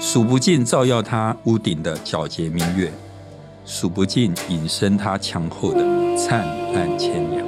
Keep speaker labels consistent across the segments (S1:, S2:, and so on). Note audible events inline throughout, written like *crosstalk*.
S1: 数不尽照耀他屋顶的皎洁明月，数不尽引申他墙后的灿烂千阳。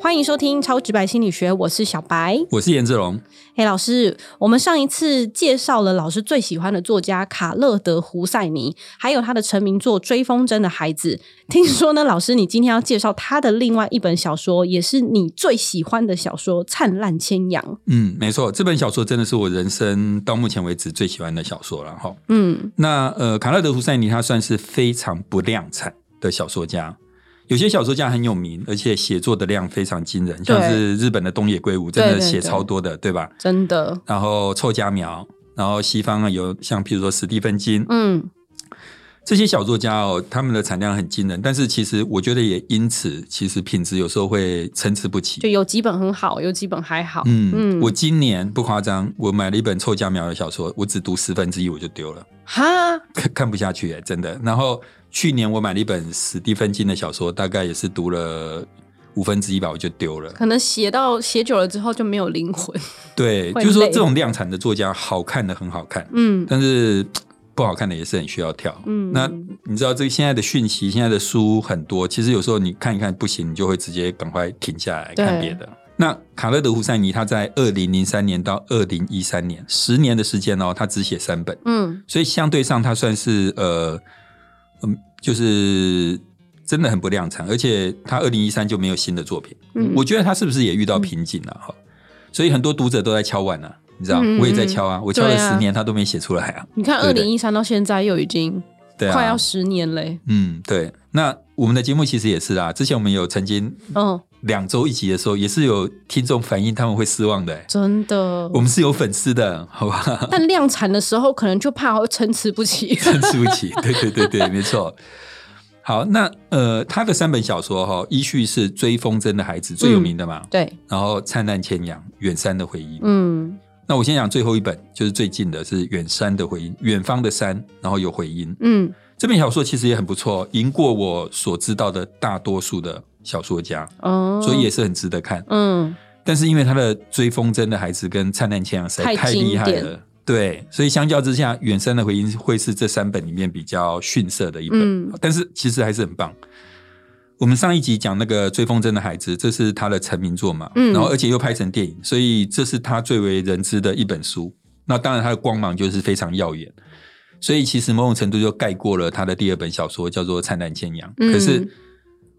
S2: 欢迎收听《超直白心理学》，我是小白。
S1: 我是颜志龙，
S2: 嘿，老师，我们上一次介绍了老师最喜欢的作家卡勒德·胡塞尼，还有他的成名作《追风筝的孩子》。听说呢，老师你今天要介绍他的另外一本小说，也是你最喜欢的小说《灿烂千阳》。
S1: 嗯，没错，这本小说真的是我人生到目前为止最喜欢的小说了哈。
S2: 嗯
S1: 那呃，卡勒德·胡塞尼他算是非常不量产的小说家。有些小说家很有名，而且写作的量非常惊人，
S2: 对
S1: 像是日本的东野圭吾，真
S2: 对
S1: 的
S2: 对
S1: 写
S2: 对
S1: 超多的，对吧？
S2: 真的，
S1: 然后臭家苗，然后西方啊有像譬如说史蒂芬金
S2: 嗯，
S1: 这些小作家哦，他们的产量很惊人，但是其实我觉得也因此，其实品质有时候会参差不齐
S2: 就。有几本很好，有几本还好。
S1: 嗯，我今年不夸张，我买了一本臭家苗的小说，我只读十分之一我就丢了， *laughs*
S2: 哈，
S1: 看看不下去耶，真的。然后去年我买了一本史蒂芬金的小说，大概也是读了五分之一吧，我就丢了。
S2: 可能写到写久了之后就没有灵魂。
S1: 对，
S2: 会
S1: 就是说
S2: 累
S1: 这种量产的作家，好看的很好看，
S2: 嗯
S1: 但是不好看的也是很需要跳。
S2: 嗯，
S1: 那你知道这个现在的讯息，现在的书很多，其实有时候你看一看不行，你就会直接赶快停下来
S2: 对
S1: 看别的。那卡勒德·胡塞尼他在二零零三年到二零一三年十年的时间哦，他只写三本，
S2: 嗯
S1: 所以相对上他算是呃嗯，就是真的很不量产，而且他二零一三就没有新的作品。
S2: 嗯
S1: 我觉得他是不是也遇到瓶颈了、哈、所以很多读者都在敲碗啊，你知道，
S2: 嗯嗯
S1: 我也在敲啊，我敲了
S2: 对啊
S1: 十年，他都没写出来啊。
S2: 你看，二
S1: 对对
S2: 零一三到现在又已经
S1: 对啊，
S2: 快要十年嘞。
S1: 嗯，对。那我们的节目其实也是啊，之前我们有曾经
S2: 嗯，
S1: 两周一集的时候，也是有听众反映他们会失望的、欸。
S2: 真的
S1: 我。们是有粉丝的，好
S2: *laughs*
S1: 吧？
S2: 但量产的时候，可能就怕会参差
S1: *laughs*
S2: 不齐。
S1: 参差不齐，对对对对，没错。好，那呃，他的三本小说哈、依序是《追风筝的孩子》最有名的嘛，
S2: 对，
S1: 然后《灿烂千阳》《远山的回忆》
S2: 嗯
S1: 那我先讲最后一本，就是最近的是《远山的回音》，远方的山，然后有回音。
S2: 嗯，
S1: 这本小说其实也很不错，赢过我所知道的大多数的小说家。
S2: 哦，
S1: 所以也是很值得看。
S2: 嗯
S1: 但是因为他的追风筝的孩子跟灿烂千阳实在
S2: 太
S1: 太
S2: 经
S1: 厉害
S2: 典
S1: 了，对，所以相较之下，远山的回音会是这三本里面比较逊色的一本，
S2: 嗯
S1: 但是其实还是很棒。我们上一集讲那个追风筝的孩子，这是他的成名作嘛，
S2: 嗯
S1: 然后而且又拍成电影，所以这是他最为人知的一本书。那当然，他的光芒就是非常耀眼，所以其实某种程度就盖过了他的第二本小说，叫做《灿烂千阳》。
S2: 嗯
S1: 可是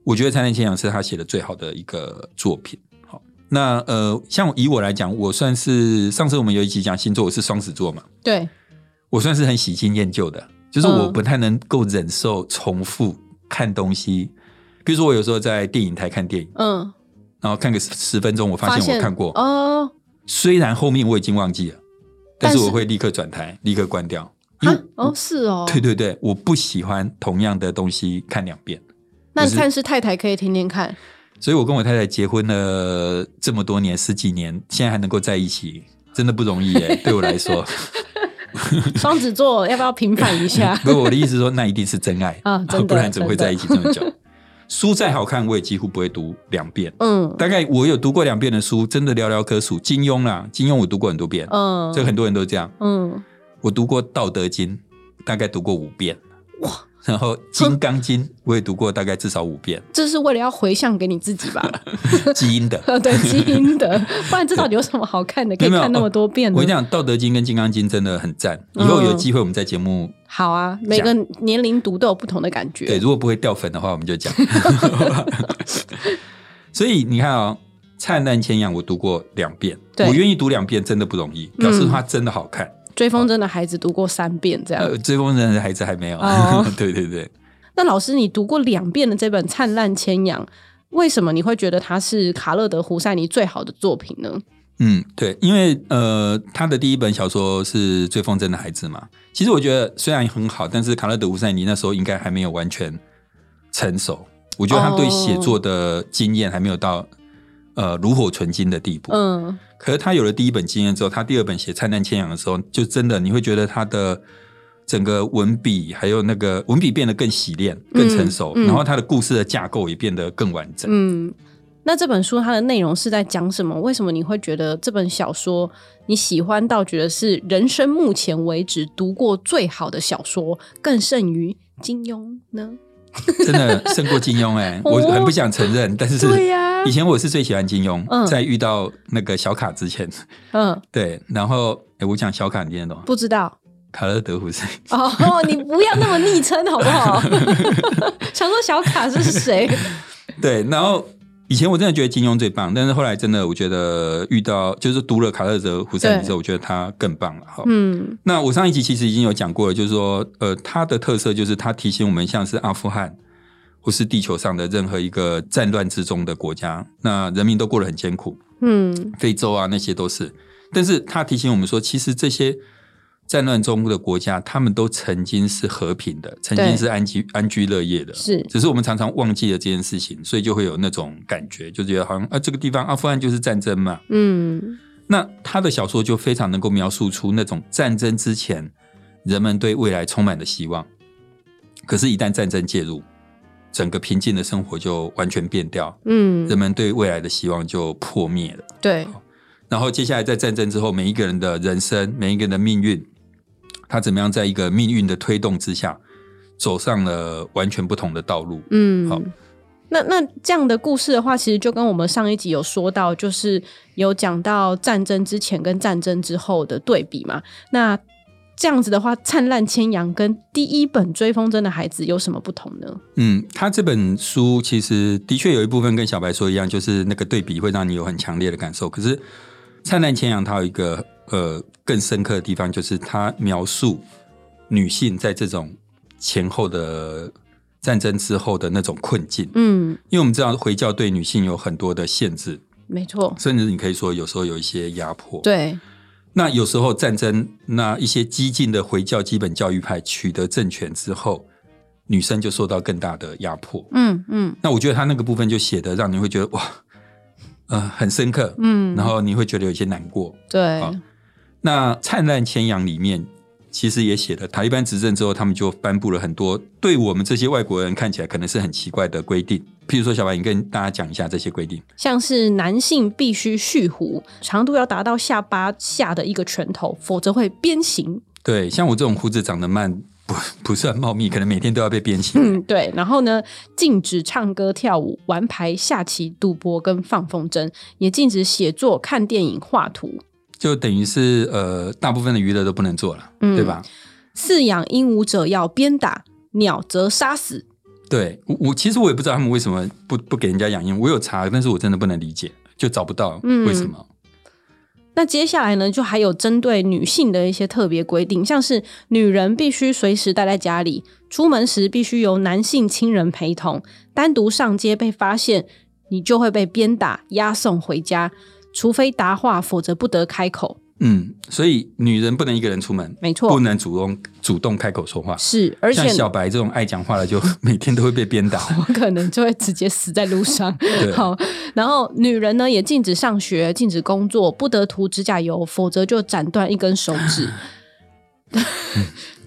S1: 我觉得《灿烂千阳》是他写的最好的一个作品。好，那呃，像以我来讲，我算是上次我们有一集讲星座，我是双子座嘛，
S2: 对，
S1: 我算是很喜新厌旧的，就是我
S2: 嗯
S1: 不太能够忍受重复看东西。比如说，我有时候在电影台看电影，
S2: 嗯，
S1: 然后看个十十分钟，我发现我看过，
S2: 哦，
S1: 虽然后面我已经忘记了，但
S2: 但
S1: 是
S2: 是
S1: 我会立刻转台，立刻关掉。因为
S2: 啊，哦，是哦，
S1: 对对对，我不喜欢同样的东西看两遍，
S2: 那
S1: 就
S2: 你
S1: 是
S2: 看是太太可以天天
S1: *laughs*
S2: 看，
S1: 所以我跟我太太结婚了这么多年，十几年，现在还能够在一起，真的不容易耶，对我来
S2: *laughs*
S1: 说。？
S2: 双子座要不要平反一下
S1: *laughs* 不是我的意思是说，那一定是真爱 *laughs*
S2: 啊真的
S1: 不然怎么会
S2: 真的
S1: 在一起这么久？书再好看，我也几乎不会读两遍。
S2: 嗯
S1: 大概我有读过两遍的书，真的寥寥可数。金庸啦，金庸我读过很多遍，
S2: 嗯
S1: 这、很多人都这样。
S2: 嗯，
S1: 我读过《道德经》，大概读过五遍。哇！然后《金刚经》我也读过，大概至少五
S2: *laughs*
S1: 遍，
S2: 这是为了要回向给你自
S1: *laughs*
S2: 己吧？
S1: 基因的。
S2: 对，基因的， *laughs* 不然这到底有什么好看的？可以
S1: 没有
S2: 看那么多遍
S1: 我跟
S2: 呢嗯
S1: 你？讲，《道德经》跟《金刚经》真的很赞。以后有机会我们在节目、
S2: 好啊，每个年龄读都有不同的感
S1: 对，
S2: 觉。
S1: 如果不会掉粉的话，我们就讲。 *laughs* 所以你看啊、哦，《灿烂千阳》我读过两遍，
S2: 对
S1: 我愿意读两遍真的不容易，表示它真的好看。
S2: 追风筝的孩子读过三遍这样。
S1: 呃，追风筝的孩子还没有。
S2: 嗯
S1: 啊
S2: 哦
S1: *laughs* 对对对，
S2: 那老师，你读过两遍的这本《灿烂千阳》，为什么你会觉得它是卡勒德·胡塞尼最好的作品呢？
S1: 嗯，对，因为呃，他的第一本小说是《追风筝的孩子》嘛。其实我觉得虽然很好，但是卡勒德·胡塞尼那时候应该还没有完全成熟。我觉得他对写作的经验还没有到、呃炉火纯青的地步。
S2: 嗯
S1: 可是他有了第一本经验之后，他第二本写《灿烂千阳》的时候，就真的你会觉得他的整个文笔还有那个文笔变得更洗练、更成熟，
S2: 嗯嗯
S1: 然后它的故事的架构也变得更完整。
S2: 嗯，那这本书它的内容是在讲什么？为什么你会觉得这本小说你喜欢到觉得是人生目前为止读过最好的小说，更胜于金庸呢？ *laughs*
S1: 真的胜过金庸哎、
S2: 哦
S1: 我很不想承认，但是
S2: 对呀
S1: 以前我是最喜欢金庸，
S2: 嗯
S1: 在遇到那个小卡之前， *laughs*
S2: 嗯，
S1: 对，然后哎，我讲小卡你听得懂吗？
S2: 不知道
S1: 卡勒德胡塞，
S2: 哦，你不要那么昵称好不好？ *laughs* 想说小卡是谁？
S1: *laughs* 对，然后。以前我真的觉得金庸最棒，但是后来真的我觉得遇到就是读了卡勒德胡塞尼之后，我觉得他更棒了哈。
S2: *laughs* 嗯
S1: 那我上一集其实已经有讲过了，就是说，呃，它的特色就是它提醒我们，像是阿富汗或是地球上的任何一个战乱之中的国家，那人民都过得很艰苦，
S2: 嗯
S1: 非洲啊那些都是。但是它提醒我们说，其实这些战乱中的国家，他们都曾经是和平的，曾经是安居安居乐业的，
S2: 是
S1: 只是我们常常忘记了这件事情，所以就会有那种感觉，就觉得好像啊，这个地方阿富汗就是战争嘛，
S2: 嗯
S1: 那他的小说就非常能够描述出那种战争之前人们对未来充满了希望，可是，一旦战争介入，整个平静的生活就完全变掉，人
S2: 嗯，
S1: 们对未来的希望就破灭了。
S2: 对，
S1: 然后，接下来在战争之后，每一个人的人生，每一个人的命运，他怎么样在一个命运的推动之下，走上了完全不同的道路。
S2: 嗯，
S1: 好
S2: 那那这样的故事的话，其实就跟我们上一集有说到，就是有讲到战争之前跟战争之后的对比嘛。那这样子的话，《灿烂千阳》跟第一本《追风筝的孩子》有什么不同呢？
S1: 嗯，他这本书其实的确有一部分跟小白说一样，就是那个对比会让你有很强烈的感受。可是《灿烂千阳》它有一个呃更深刻的地方，就是它描述女性在这种前后的战争之后的那种困境。
S2: 嗯，
S1: 因为我们知道回教对女性有很多的限制，
S2: 没错，
S1: 甚至你可以说有时候有一些压迫。，
S2: 对，
S1: 那有时候战争，那一些激进的回教基本教育派取得政权之后，女生就受到更大的压迫。
S2: 嗯嗯
S1: 那我觉得他那个部分就写的让你会觉得哇，呃，很深刻，
S2: 嗯，
S1: 然后你会觉得有一些难过。
S2: 对，
S1: 好那《灿烂千阳》里面其实也写了，塔利班执政之后，他们就颁布了很多对我们这些外国人看起来可能是很奇怪的规定，譬如说，小白，你跟大家讲一下这些规定。
S2: 像是男性必须蓄胡，长度要达到下巴下的一个拳头，否则会鞭刑。
S1: 对，像我这种胡子长得慢，不不是很茂密，可能每天都要被鞭刑。
S2: 嗯，对。然后呢，禁止唱歌、跳舞、玩牌、下棋、赌博跟放风筝，也禁止写作、看电影、画图。
S1: 就等于是呃，大部分的娱乐都不能做了，
S2: 嗯
S1: 对吧？
S2: 饲养鹦鹉者要鞭打，鸟则杀死。
S1: 对我，我其实我也不知道他们为什么不不给人家养鹰，我有查，但是我真的不能理解，就找不到
S2: 嗯
S1: 为什么。
S2: 那接下来呢，就还有针对女性的一些特别规定，像是女人必须随时待在家里，出门时必须由男性亲人陪同，单独上街被发现，你就会被鞭打、押送回家，除非答话，否则不得开口。
S1: 嗯所以女人不能一个人出门，
S2: 没错，
S1: 不能主动主动开口说话。
S2: 是，而且
S1: 像小白这种爱讲话的，就 *laughs* 每天都会被
S2: *laughs*
S1: 鞭打。
S2: 我可能就会直接死在路上。
S1: 对啊
S2: 好，然后女人呢也禁止上学，禁止工作，不得涂指甲油，否则就斩断一根手
S1: *laughs*
S2: 指。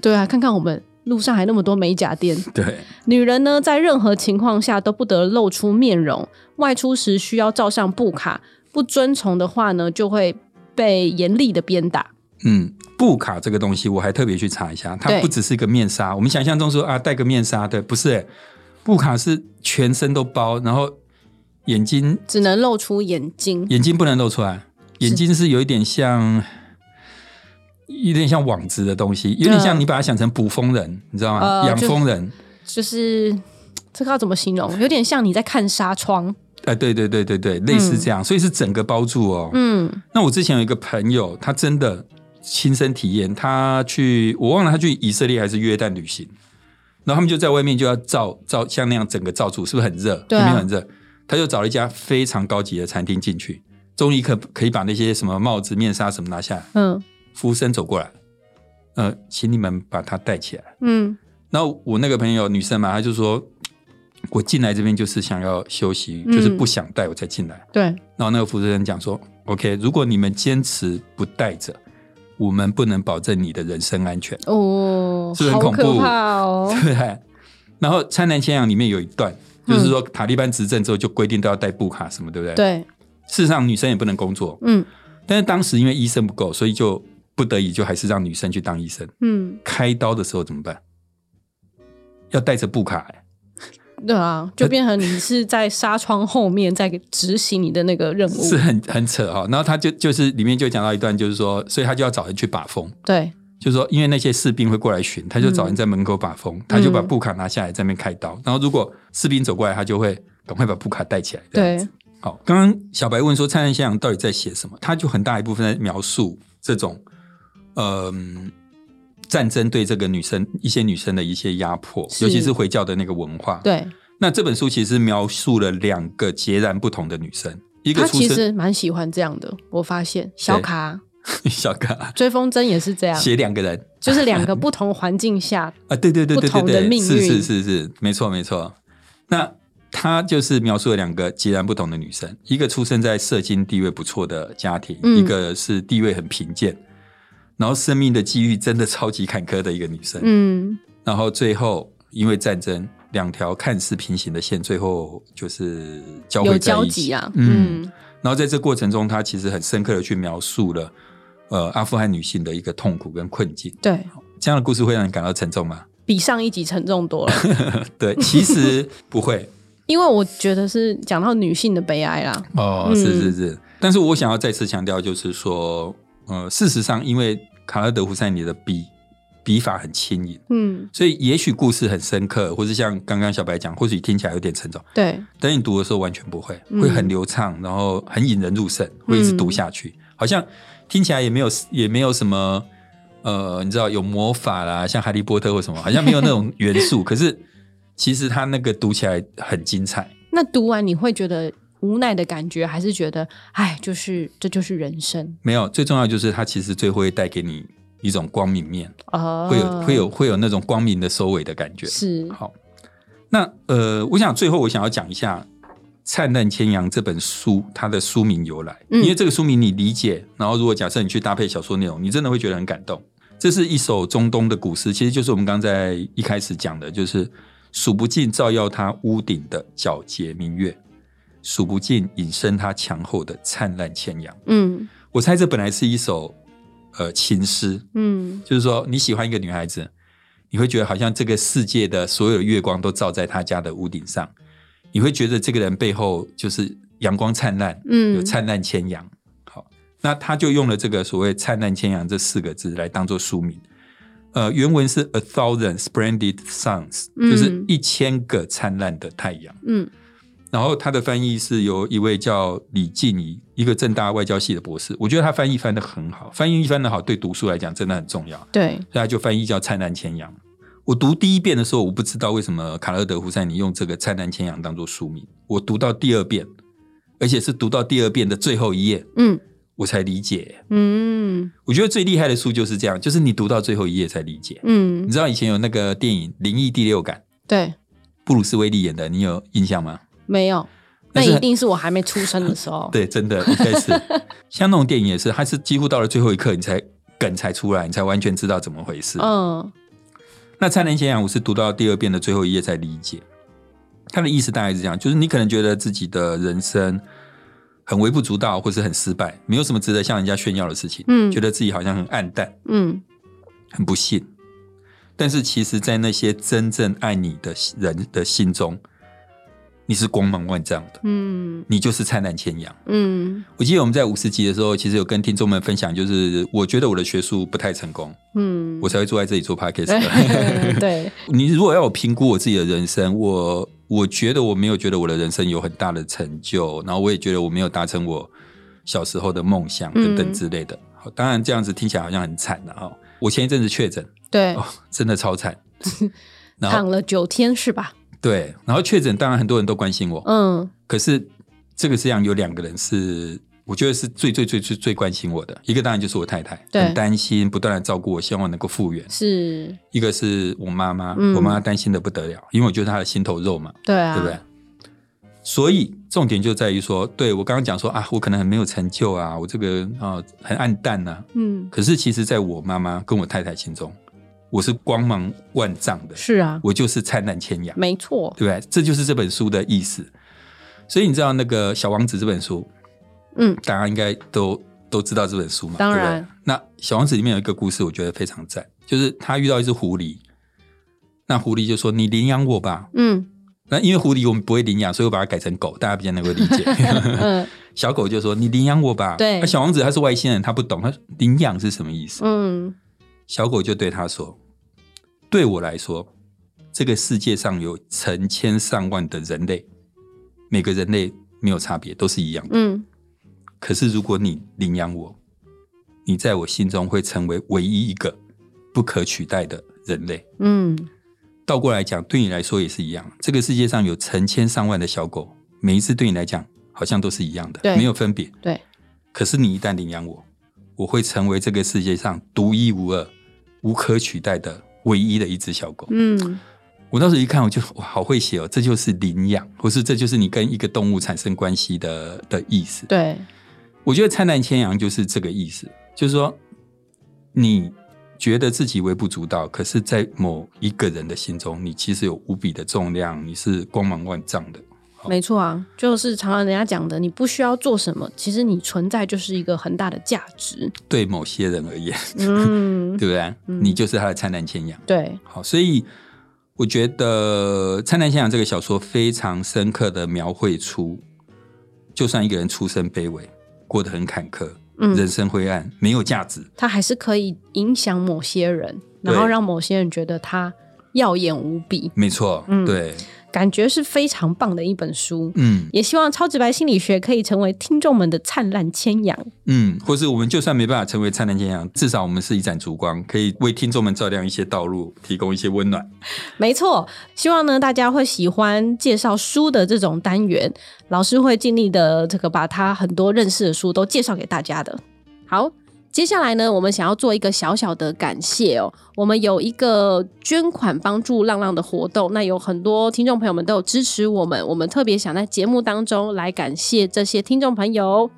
S2: 对啊，看看我们路上还那么多美甲店。
S1: 对，
S2: 女人呢，在任何情况下都不得露出面容，外出时需要照上布卡，不遵从的话呢，就会被严厉的鞭打。
S1: 嗯，布卡这个东西我还特别去查一下，它
S2: 对
S1: 不只是一个面纱，我们想象中说啊戴个面纱，对，不是、欸，布卡是全身都包，然后眼睛
S2: 只能露出眼睛，
S1: 眼睛不能露出来，眼睛是有一点像，有点像网子的东西，有点像你把它想成捕风人，你知道吗？
S2: 呃
S1: 养蜂人，
S2: 就是这个要怎么形容？有点像你在看纱窗。
S1: 哎、对对对对对，类似这样，所以是整个包住哦。
S2: 嗯，
S1: 那我之前有一个朋友，他真的亲身体验，他去我忘了他去以色列还是约旦旅行，然后他们就在外面就要照照像那样整个照住，是不是很热？
S2: 对啊
S1: 那边很热，他就找了一家非常高级的餐厅进去，终于可可以把那些什么帽子、面纱什么拿下来。
S2: 嗯
S1: 服务生走过来，呃，请你们把它带起来。
S2: 嗯
S1: 然后我那个朋友女生嘛，她就说，我进来这边就是想要休息，就是
S2: 嗯
S1: 不想带我才进来。，
S2: 对，
S1: 然后那个服务生讲说，OK，如果你们坚持不带着，我们不能保证你的人身安全，
S2: 哦，
S1: 是不是很
S2: 好
S1: 恐怖
S2: 可怕哦
S1: *laughs* 对。不对？然后《灿烂千阳》里面有一段，就是说塔利班执政之后就规定都要戴布卡什么，对不对？。
S2: 对，
S1: 事实上，女生也不能工作，
S2: 嗯
S1: 但是当时因为医生不够，所以就不得已就还是让女生去当医生。
S2: 嗯，
S1: 开刀的时候怎么办？要带着布卡、欸，
S2: 对啊，就变成你是在纱窗后面在执行你的那个任务
S1: 是。很很扯哈、然后他就就是里面就讲到一段，就是说，所以他就要找人去把风，
S2: 对，
S1: 就是说，因为那些士兵会过来巡，他就找人在门口把风，
S2: 嗯
S1: 他就把布卡拿下来在那边开刀。然后如果士兵走过来，他就会赶快把布卡带起来。这样子
S2: 对，
S1: 好，刚刚小白问说《灿烂先生》到底在写什么？他就很大一部分在描述这种，嗯、战争对这个女生一些女生的一些压迫，
S2: 是
S1: 尤其是回教的那个文化。，
S2: 对，
S1: 那这本书其实描述了两个截然不同的女生，一
S2: 他
S1: 个出
S2: 其
S1: 生
S2: 实蛮喜欢这样的。我发现小
S1: 对
S2: 卡
S1: *laughs* 小嘎
S2: 追风筝也是这样，
S1: 写两个人
S2: 就是两个不同环境
S1: *laughs*
S2: 下，
S1: 啊，对对对对
S2: 不
S1: 对
S2: 同的
S1: 对，
S2: 命运
S1: 是是是是，没错没错。那他就是描述了两个截然不同的女生，一个出生在社经地位不错的家庭，
S2: 嗯
S1: 一个是地位很贫贱，然后生命的际遇真的超级坎坷的一个女生。
S2: 嗯，
S1: 然后最后因为战争，两条看似平行的线，最后就是交
S2: 有
S1: 汇在
S2: 交
S1: 一起
S2: 集啊，
S1: 嗯
S2: 嗯
S1: 然后在这过程中，他其实很深刻的去描述了呃阿富汗女性的一个痛苦跟困境。
S2: 对，
S1: 这样的故事会让你感到沉重吗？ *laughs*
S2: 比上一集沉重多了。 *laughs*
S1: 对，其实不会
S2: 因为我觉得是讲到女性的悲哀啦，
S1: 哦
S2: 嗯
S1: 是是是。但是我想要再次强调，就是说，呃，事实上，因为卡勒德胡塞尼的笔笔法很轻盈，
S2: 嗯，
S1: 所以也许故事很深刻，或是像刚刚小白讲，或许听起来有点沉重，
S2: 对，
S1: 但你读的时候完全不会，
S2: 嗯
S1: 会很流畅，然后很引人入胜，会一直读下去，好像听起来也没有也没有什么。呃，你知道有魔法啦，像哈利波特或什么，好像没有那种元素。 *laughs* 可是其实它那个读起来很精彩，
S2: 那读完你会觉得无奈的感觉，还是觉得哎，就是这就是人生
S1: 没有，最重要就是它其实最后会带给你一种光明面，
S2: 啊，
S1: 哦会有会有会有那种光明的收尾的感觉。
S2: 是
S1: 好，那呃，我想最后我想要讲一下《灿烂千阳》这本书它的书名由来，
S2: 嗯
S1: 因为这个书名你理解，然后如果假设你去搭配小说内容，你真的会觉得很感动。这是一首中东的古诗，其实就是我们刚才一开始讲的，就是数不尽照耀它屋顶的皎洁明月，数不尽隐身它墙后的灿烂千阳。
S2: 嗯
S1: 我猜这本来是一首呃情诗，
S2: 嗯
S1: 就是说你喜欢一个女孩子，你会觉得好像这个世界的所有的月光都照在她家的屋顶上，你会觉得这个人背后就是阳光灿烂，
S2: 嗯
S1: 有灿烂千阳。好，那他就用了这个所谓“灿烂千阳”这四个字来当做书名。呃，原文是 “a thousand splendid suns”，、
S2: 嗯
S1: 就是一千个灿烂的太阳。
S2: 嗯
S1: 然后他的翻译是由一位叫李静怡，一个正大外交系的博士。我觉得他翻译翻得很好，翻译翻得好对读书来讲真的很重要，
S2: 对，
S1: 所以他就翻译叫《灿烂千阳》。我读第一遍的时候，我不知道为什么卡勒德胡塞尼用这个《灿烂千阳》当做书名。我读到第二遍，而且是读到第二遍的最后一页，
S2: 嗯
S1: 我才理解。
S2: 嗯
S1: 我觉得最厉害的书就是这样，就是你读到最后一页才理解。你
S2: 嗯，
S1: 知道以前有那个电影《灵异第六感》，
S2: 对，
S1: 布鲁斯威利演的，你有印象吗？
S2: 没有，那
S1: 但是
S2: 一定是我还没出生的时
S1: *laughs*
S2: 候，
S1: 对，真的，应该是像那种电影也是，它是几乎到了最后一刻，你才梗才出来，你才完全知道怎么回事。
S2: 嗯
S1: 那《灿烂千阳》，我是读到第二遍的最后一页才理解，它的意思大概是这样：就是你可能觉得自己的人生很微不足道，或是很失败，没有什么值得向人家炫耀的事情，
S2: 嗯
S1: 觉得自己好像很暗淡，
S2: 嗯
S1: 很不幸。但是其实，在那些真正爱你的人的心中，你是光芒万丈的，
S2: 嗯
S1: 你就是灿烂千阳。
S2: 嗯
S1: 我记得我们在五十集的时候，其实有跟听众们分享，就是我觉得我的学术不太成功，
S2: 嗯
S1: 我，才会坐在这里做 podcast。
S2: *laughs* 对，
S1: 你如果要我评估我自己的人生，我我觉得我没有觉得我的人生有很大的成就，然后我也觉得我没有达成我小时候的梦想等等之类的。好，当然这样子听起来好像很惨了、啊、哦。我前一阵子确诊，
S2: 对，
S1: 哦，真的超惨。然后
S2: 躺了九天是吧？
S1: 对，然后确诊，当然很多人都关心我，
S2: 嗯
S1: 可是这个世界上有两个人是，我觉得是最最最最最关心我的，一个当然就是我太太，
S2: 对
S1: 很担心，不断的照顾我，希望我能够复原；
S2: 是，
S1: 一个是我妈妈，
S2: 嗯
S1: 我妈妈担心的不得了，因为我就是她的心头肉嘛，
S2: 对啊，
S1: 对不对？所以重点就在于说，对我刚刚讲说啊，我可能很没有成就啊，我这个啊、很暗淡呐、
S2: 嗯，
S1: 可是其实，在我妈妈跟我太太心中，我是光芒万丈的，
S2: 是啊，
S1: 我就是灿烂千阳，
S2: 没错，
S1: 对不对？这就是这本书的意思。所以你知道那个《小王子》这本书，
S2: 嗯，
S1: 大家应该都都知道这本书嘛？
S2: 当
S1: 对不对
S2: 然
S1: 那《小王子》里面有一个故事，我觉得非常赞，就是他遇到一只狐狸，那狐狸就说：“你领养我吧。
S2: 嗯”
S1: 那因为狐狸我们不会领养，所以我把它改成狗，大家比较能够理解。
S2: *laughs* 嗯
S1: 小狗就说：“你领养我吧。”
S2: 对
S1: 那小王子他是外星人，他不懂，他说领养是什么意思？
S2: 嗯，
S1: 小狗就对他说：“对我来说，这个世界上有成千上万的人类，每个人类没有差别，都是一样的。
S2: 嗯，
S1: 可是如果你领养我，你在我心中会成为唯一一个不可取代的人类。
S2: 嗯，
S1: 倒过来讲，对你来说也是一样。这个世界上有成千上万的小狗，每一次对你来讲好像都是一样
S2: 对
S1: 的，没有分别。
S2: 对，
S1: 可是你一旦领养我，我会成为这个世界上独一无二、无可取代的唯一的一只小狗。
S2: 嗯，
S1: 我当时一看，我就哇，好会写哦！这就是领养，或是这就是你跟一个动物产生关系的的意思。
S2: 对，
S1: 我觉得灿烂千阳就是这个意思，就是说你觉得自己微不足道，可是，在某一个人的心中，你其实有无比的重量，你是光芒万丈的。
S2: 没错啊，就是常常人家讲的，你不需要做什么，其实你存在就是一个很大的价值。
S1: 对某些人而言，
S2: *laughs* 嗯，
S1: 对不对？你就是他的灿烂千阳。
S2: *laughs* 对，
S1: 好，所以我觉得《灿烂现象》这个小说非常深刻的描绘出，就算一个人出身卑微，过得很坎坷，
S2: 嗯，
S1: 人生灰暗，没有价值，
S2: 它还是可以影响某些人，然后
S1: 对
S2: 让某些人觉得它耀眼无比，
S1: 没错，
S2: 嗯
S1: 对，
S2: 感觉是非常棒的一本书。
S1: 嗯
S2: 也希望超直白心理学可以成为听众们的灿烂千阳。
S1: 嗯，或是我们就算没办法成为灿烂千阳，至少我们是一盏烛光，可以为听众们照亮一些道路，提供一些温暖。
S2: *laughs* 没错，希望呢大家会喜欢介绍书的这种单元，老师会尽力的这个把他很多认识的书都介绍给大家的。好。接下来呢，我们想要做一个小小的感谢哦。我们有一个捐款帮助浪浪的活动，那有很多听众朋友们都有支持我们，我们特别想在节目当中来感谢这些听众朋友。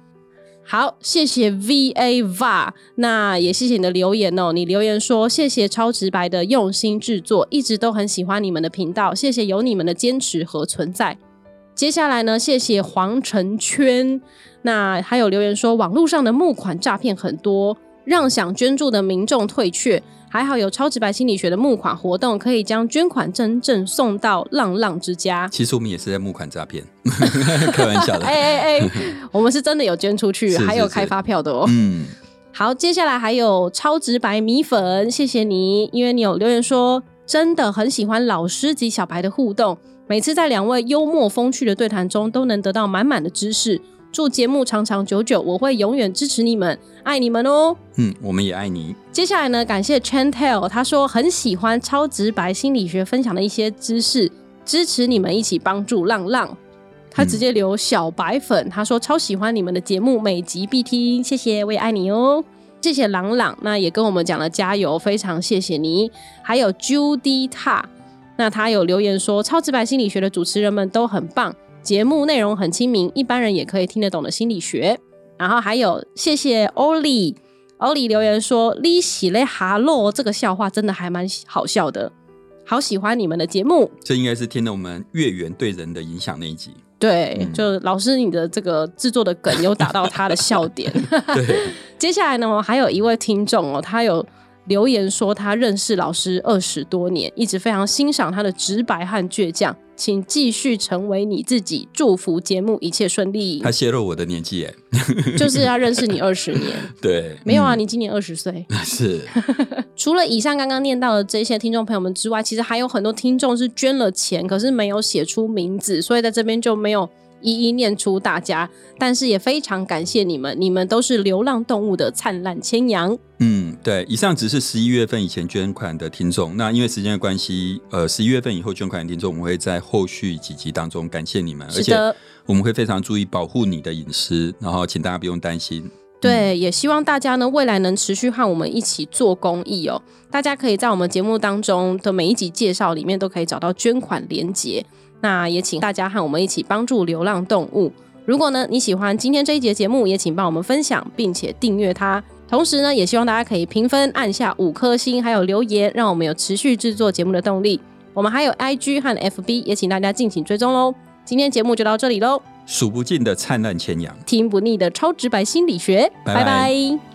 S2: 好，谢谢 V A VA，那也谢谢你的留言哦。你留言说谢谢超直白的用心制作，一直都很喜欢你们的频道，谢谢有你们的坚持和存在。接下来呢，谢谢黄成圈，那还有留言说网络上的募款诈骗很多，让想捐助的民众退却。还好有超直白心理学的募款活动，可以将捐款真正送到浪浪之家。
S1: 其实我们也是在募款诈 *laughs* 骗，开玩笑的。
S2: 哎
S1: *laughs*
S2: 哎哎，我们是真的有捐出去，
S1: 是是
S2: 还有
S1: 是
S2: 开发票的哦。
S1: 嗯，
S2: 好，接下来还有超直白米粉，谢谢你，因为你有留言说真的很喜欢老师及小白的互动，每次在两位幽默风趣的对谈中都能得到满满的知识。祝节目长长久久，我会永远支持你们，爱你们哦。
S1: 嗯，我们也爱你。
S2: 接下来呢，感谢 Chantel，他说很喜欢超直白心理学分享的一些知识，支持你们一起帮助浪浪。他直接留小白粉，他说超喜欢你们的节目，每集必听，谢谢，我也爱你哦。谢谢朗朗，那也跟我们讲了加油，非常谢谢你。还有 Judy Ta，那他有留言说，超直白心理学的主持人们都很棒，节目内容很亲民，一般人也可以听得懂的心理学。然后还有谢谢 Oli，欧里留言说：“利喜嘞哈喽，这个笑话真的还蛮好笑的，好喜欢你们的节目。
S1: 这应该是听了我们月圆对人的影响那一 *laughs* 集。
S2: 对，
S1: 嗯
S2: 就老师你的这个制作的梗有打到他的笑点。
S1: 对，
S2: 接下来呢，还有一位听众哦，他有留言说他认识老师二十多年，一直非常欣赏他的直白和倔强，请继续成为你自己，祝福节目一切
S1: *laughs*
S2: 顺利
S1: 他。泄露我的年纪耶。
S2: 就是他认识你二十年，
S1: 对，
S2: 没有啊，
S1: 嗯，
S2: 你今年二十岁。”
S1: 是
S2: 除了以上刚刚念到的这些听众朋友们之外，其实还有很多听众是捐了钱，可是没有写出名字，所以在这边就没有一一念出大家。但是也非常感谢你们，你们都是流浪动物的灿烂千阳。
S1: 嗯，对，以上只是十一月份以前捐款的听众。那因为时间的关系，呃，十一月份以后捐款的听众，我们会在后续几集当中感谢你们，而
S2: 是
S1: 且
S2: 的，
S1: 我们会非常注意保护你的隐私，然后请大家不用担心。
S2: 对，也希望大家呢未来能持续和我们一起做公益哦。大家可以在我们节目当中的每一集介绍里面都可以找到捐款连结。那也请大家和我们一起帮助流浪动物。如果呢你喜欢今天这一节节目，也请帮我们分享并且订阅它。同时呢，也希望大家可以评分按下五颗星，还有留言，让我们有持续制作节目的动力。我们还有 IG 和 FB，也请大家敬请追踪喽。今天节目就到这里喽，
S1: 数不尽的灿烂千阳。
S2: 听不腻的超直白心理学，
S1: 拜拜
S2: 拜拜